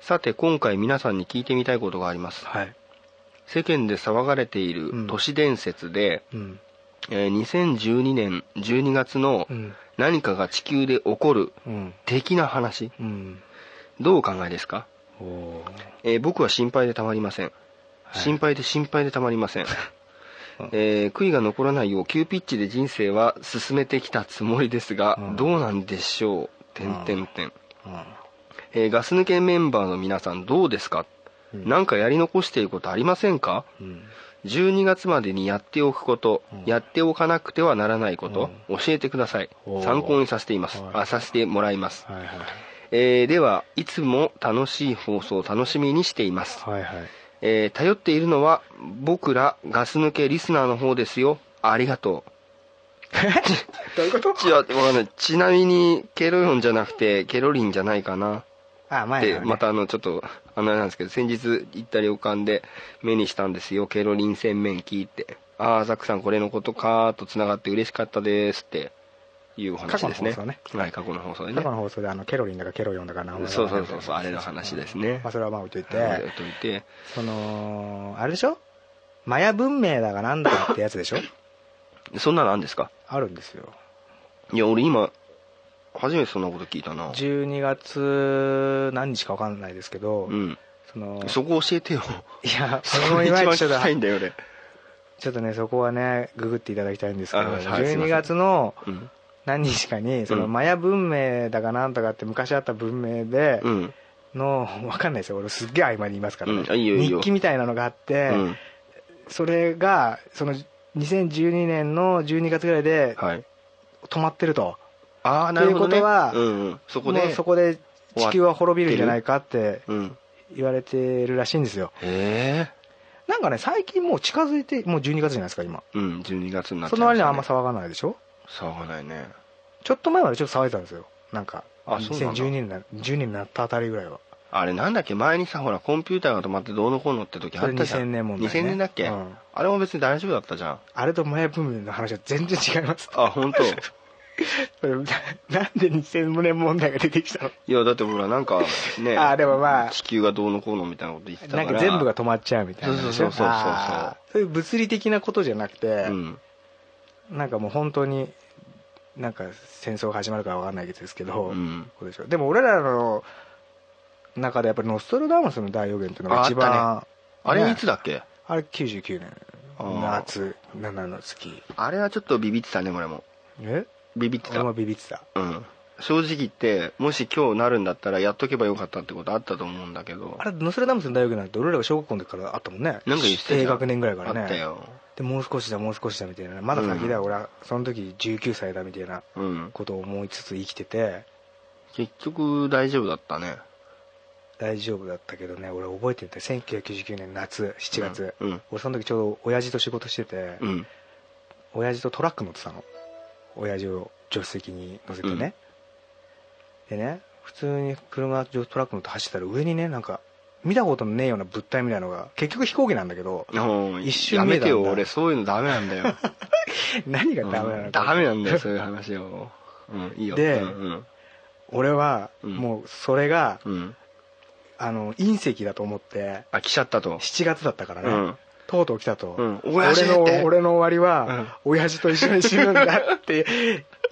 S2: さて今回皆さんに聞いてみたいことがあります
S1: はい
S2: 世間で騒がれている都市伝説で、
S1: うん
S2: えー2012年12月の
S1: うん
S2: 何かが地球で起こる
S1: うん
S2: 的な話
S1: うん
S2: どうお考えですか、
S1: おお
S2: えー僕は心配でたまりません、
S1: はい
S2: 心配で心配でたまり ません、
S1: うん
S2: えー悔いが残らないよう急ピッチで人生は進めてきたつもりですが、
S1: うん
S2: どうなんでしょう点
S1: ん
S2: 点点
S1: う
S2: えーガス抜けメンバーの皆さんどうですか、
S1: うん
S2: なんかやり残していることありませんか
S1: ん
S2: 12月までにやっておくこと、
S1: うん
S2: やっておかなくてはならないこと、教えてください
S1: おー
S2: 参考にさせています
S1: はい
S2: あさせてもらいます、
S1: はいはい
S2: えーではいつも楽しい放送を楽しみにしています、
S1: はいはい
S2: えー頼っているのは僕らガス抜けリスナーの方ですよありがとう
S1: どういうこと
S2: ちわわかんないちなみにケロヨンじゃなくてケロリンじゃないかな
S1: あ前
S2: で
S1: のね
S2: またあのちょっとあのあれなんですけど先日行った旅館で目にしたんですよケロリン洗面器ってああザックさんこれのことかーとつながって嬉しかったですっていうお話ですね
S1: 過去の放送ね
S2: はい過去の放送でね
S1: 過去の放送であのケロリンだかケロヨンだか名前が
S2: そうそうそうそうあれの話ですね
S1: まあ、それはまあ置いといて、
S2: はい置いといて
S1: そのあれでしょマヤ文明だがなんだかってやつでしょ
S2: そん なのあんですか
S1: あるんですよ
S2: いや俺今初めてそんなこと聞いたな
S1: 12月何日か分かんないですけど、
S2: うん
S1: その
S2: そこ教 えてよ
S1: いや
S2: そ
S1: 俺も
S2: れ
S1: い
S2: 一
S1: ま
S2: 番
S1: いちちょ
S2: 聞
S1: っと
S2: きたいんだよ俺
S1: ちょっとねそこはねググっていただきたいんですけど、
S2: あはいすいません
S1: 12月の
S2: うん
S1: 何日かにその
S2: うん
S1: マヤ文明だかなんとかって昔あった文明で
S2: うん
S1: の、わかんないですよ俺すっげえ曖昧に言いますから、ね
S2: うんあいいよいいよ
S1: 日記みたいなのがあっ
S2: う
S1: て、
S2: ん
S1: それがその2012年の12月ぐらいで
S2: はい
S1: 止まってると、
S2: ああなるほど
S1: とい
S2: ね
S1: うことは
S2: うんうんそ
S1: も
S2: こ
S1: う
S2: で
S1: そこで地球は滅びるんじゃないかって
S2: うん
S1: 言われてるらしいんですよ
S2: へえ
S1: なんかね最近もう近づいてもう12月じゃないですか今
S2: うん、12月になっち
S1: そ
S2: ゃいましたね
S1: の割にはあんま騒がないでしょ
S2: 騒がないね
S1: ちょっと前までちょっと騒いでたんですよなんか
S2: あそうなんだ
S1: 2012年な10年になったあたりぐらいは
S2: あれなんだっけ前にさほらコンピューターが止まってどうのこうのって時あ
S1: それ
S2: ったじゃん
S1: 2000年問題、ね、
S2: 2000年だっけ、
S1: うん
S2: あれも別に大丈夫だったじゃん
S1: あれとマヤ文明の話は全然違います
S2: あ本当。
S1: それななんで2000年問題が出てきたの
S2: いやだってほらなんか ね
S1: あでもまあ
S2: 地球がどうのこうのみたいなこと言ってたか
S1: な
S2: ら
S1: んか全部が止まっちゃうみたいなでしょ
S2: そうそうそうそうそう
S1: あーそういう物理的なことじゃなくて、
S2: うん
S1: なんかもう本当になんか戦争が始まるかわかんないですけど、
S2: うん
S1: こうでしょでも俺らの中でやっぱりノストラダムスの大予言っていうのが一番
S2: あ
S1: あ,、
S2: あれいつだっけ、
S1: れ99年
S2: あー
S1: 夏7の月
S2: あれはちょっとビビってたね俺も
S1: え
S2: ビビって
S1: 俺
S2: た
S1: もビビってた
S2: うん正直言ってもし今日なるんだったらやっとけばよかったってことあったと思うんだけど
S1: あれノストラダムスの大予言なんて俺らが小学校の時からあったもんね
S2: なんか言ってたじゃん
S1: 低学年ぐらいからね
S2: あったよ
S1: でもう少しだもう少しだみたいなまだ先だ、俺はその時19歳だみたいな
S2: うん
S1: ことを思いつつ生きてて
S2: 結局大丈夫だったね
S1: 大丈夫だったけどね俺覚えてて1999年夏7月、
S2: うんうん
S1: 俺その時ちょうど親父と仕事してて、
S2: うん
S1: 親父とトラック乗ってたの親父を助手席に乗せてね、でね普通に車トラック乗って走ってたら上にねなんか見たことのねえような物体みたいなのが結局飛行機なんだけど
S2: もう
S1: 一瞬
S2: やめてよ
S1: 見えたんだ
S2: 俺そういうのダメなんだよ
S1: 何が ダメな
S2: う
S1: の
S2: んダ
S1: か、
S2: メなんだよそういう話をうんいいよ
S1: で
S2: うん
S1: 俺は
S2: うん
S1: もうそれが、
S2: うんうん
S1: あの隕石だと思って
S2: あ来ちゃったと
S1: 7月だったからね、
S2: うん
S1: とうとう来たと、
S2: うん親父
S1: 俺
S2: って
S1: の俺の終わりは、親父と一緒に死ぬんだって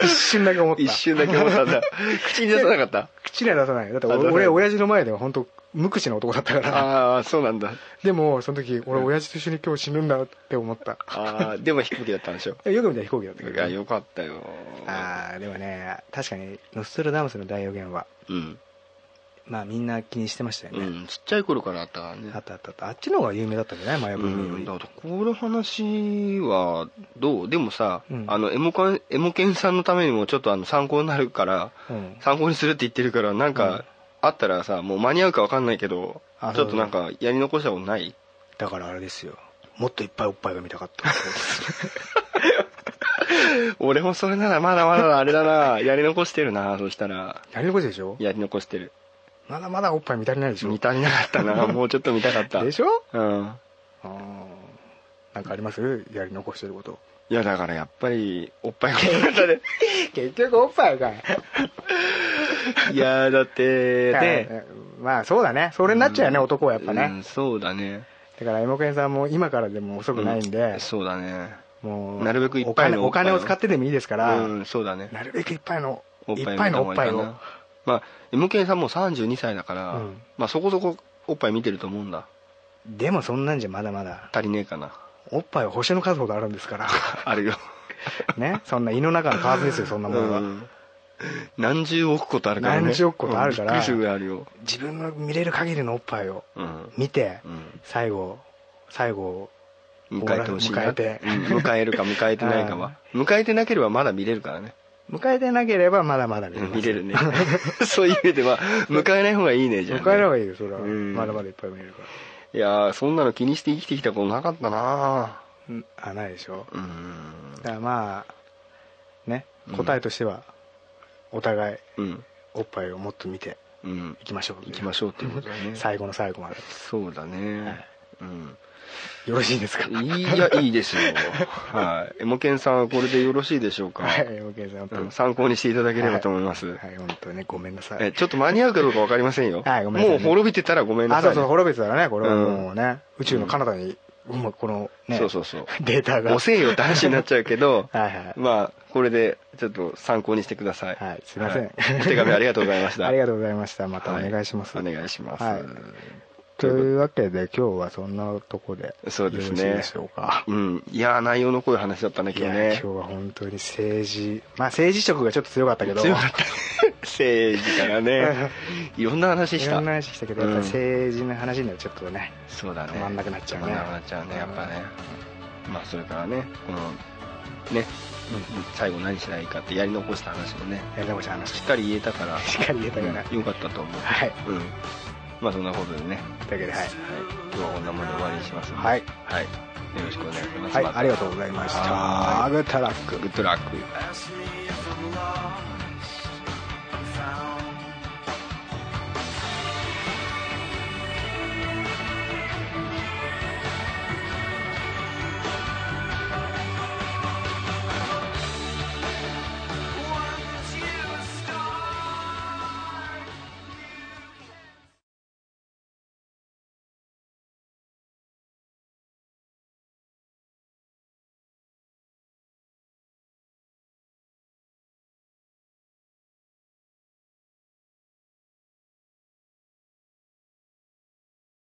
S1: 一瞬だけ思った
S2: 一瞬だけ思ったん だ口に出さなかった
S1: 口には出さないだって
S2: あ出さない
S1: 俺親父の前では本当無口な男だったから
S2: ああそうなんだ
S1: でもその時俺親父と一緒に今日死ぬんだって思った
S2: ああでも飛行機だったんでしょ
S1: よく見たら飛行機だったけ
S2: いや
S1: ど
S2: よかったよ
S1: ああでもね確かにノストラダムスの大予言は
S2: うん
S1: まあみんな気にしてましたよ
S2: う
S1: ね、
S2: んちっちゃい頃からあったからね
S1: あったあったあったあっちの方が有名だったんじゃないマヤ文明よ
S2: うん、
S1: り、
S2: だからこの話はどうでもさ、
S1: うん
S2: あのエモカンエモケンさんのためにもちょっとあの参考になるから
S1: うん
S2: 参考にするって言ってるからなん
S1: う
S2: か
S1: ん
S2: あったらさもう間に合うか分かんないけど
S1: あ
S2: ちょっとなんかやり残したことない
S1: だからあれですよもっといっぱいおっぱいが見たかった
S2: 俺もそれならまだまだあれだなやり残して るなそしたら
S1: やり残しでしょ
S2: やり残してる
S1: まだまだおっぱい見足りないでしょ
S2: 見足りなかったなもうちょっと見たかった
S1: でしょ
S2: うん
S1: あーなんかありますやり残してること
S2: いやだからやっぱりおっぱいが良かった で
S1: 結局おっぱいかい
S2: いやだってね
S1: まあそうだねそれになっちゃうよね、男はやっぱね、
S2: うんそうだね
S1: だからエモケンさんも今からでも遅くないん
S2: う
S1: で
S2: ん、そうだね
S1: もう
S2: なるべくいっぱいの
S1: お金お金を使ってでもいいですから、
S2: うんそうだね
S1: なるべくいっぱいの
S2: おっ
S1: い
S2: ぱい
S1: っぱいのおっぱい
S2: 見
S1: を
S2: た方がかなまあ MK さんも32歳だから、
S1: うん
S2: まあそこそこおっぱい見てると思うんだ
S1: でもそんなんじゃまだまだ
S2: 足りねえかな
S1: おっぱいは星の数ほどあるんですから
S2: あるよ
S1: ねそんな胃の中の蛙ですよそんなものは、
S2: うん何十億個とあるからね
S1: 何十億個とあるから
S2: うんびっくりするぐらいあるよ
S1: 自分の見れる限りのおっぱいを
S2: うん、
S1: 見て、
S2: うん
S1: 最後最後
S2: 迎えてほしいな
S1: 迎えて
S2: うん迎えるか迎えてない かは迎えてなければまだ見れるからね
S1: 迎えてなければまだまだ見れます
S2: 見れるね そういう意味では迎えない方がいいねじゃあ、
S1: 迎
S2: ね、
S1: えればいいよそれは、
S2: うん
S1: まだまだいっぱい見れるから
S2: いやーそんなの気にして生きてきたことなかったな
S1: うんあないでしょ
S2: うん
S1: だからまあね
S2: うん
S1: 答えとしてはお互い
S2: うん
S1: おっぱいをもっと見て
S2: うん
S1: いきましょう
S2: 行きましょうっていうことだ ね
S1: 最後の最後まで
S2: そうだねうん
S1: よろしいんですか
S2: いやいいですよはいエモケンさんはこれでよろしいでしょうか、
S1: はいおけさん本当
S2: う
S1: に
S2: ん参考にしていただければと思います、
S1: はい本当にねごめんなさい
S2: えちょっと間に合うかどうか分かりませんよ
S1: はいごめんなさいね
S2: もう滅びてたらごめんな
S1: あ
S2: さい
S1: そう
S2: ね
S1: そう滅別だからねこれは
S2: うん
S1: もうね宇宙の彼方にもうこのね
S2: そうそうそう
S1: データが
S2: 遅えよって話になっちゃうけど
S1: はいはい
S2: まあこれでちょっと参考にしてください
S1: はいすいません
S2: はお手紙ありがとうございました
S1: ありがとうございましたまたお願いします
S2: はお願いします、
S1: はいというわけで今日はそんなとこで
S2: そうですね
S1: よろしいでしょうか
S2: うんいやー内容の濃い話だったね
S1: い
S2: 今
S1: や
S2: 日
S1: 今
S2: ね
S1: 日は本当に政治まあ政治色がちょっと強かったけど
S2: 強かった 政治か らねいろんな話し
S1: い
S2: た
S1: ろんな話したけど、やっぱり政治の話にはちょっとね、
S2: そうだね
S1: 止まんなくなっちゃうね
S2: 止まんなくなっちゃうねやっぱねまあそれからねこのね最後何しないかってやり残した話もね
S1: やり残した話
S2: しっかり言えたから
S1: しっかり言えたから、
S2: うんよかったと思う
S1: はい
S2: うんまあそんなことでね、はい、
S1: というわけではい、
S2: 今日はこんなもんで終わりにしますので
S1: はい
S2: はい、よろしくお願いします、
S1: はい、
S2: また
S1: ありがとうございました
S2: はい
S1: グッドラック
S2: グッドラック
S4: Ask me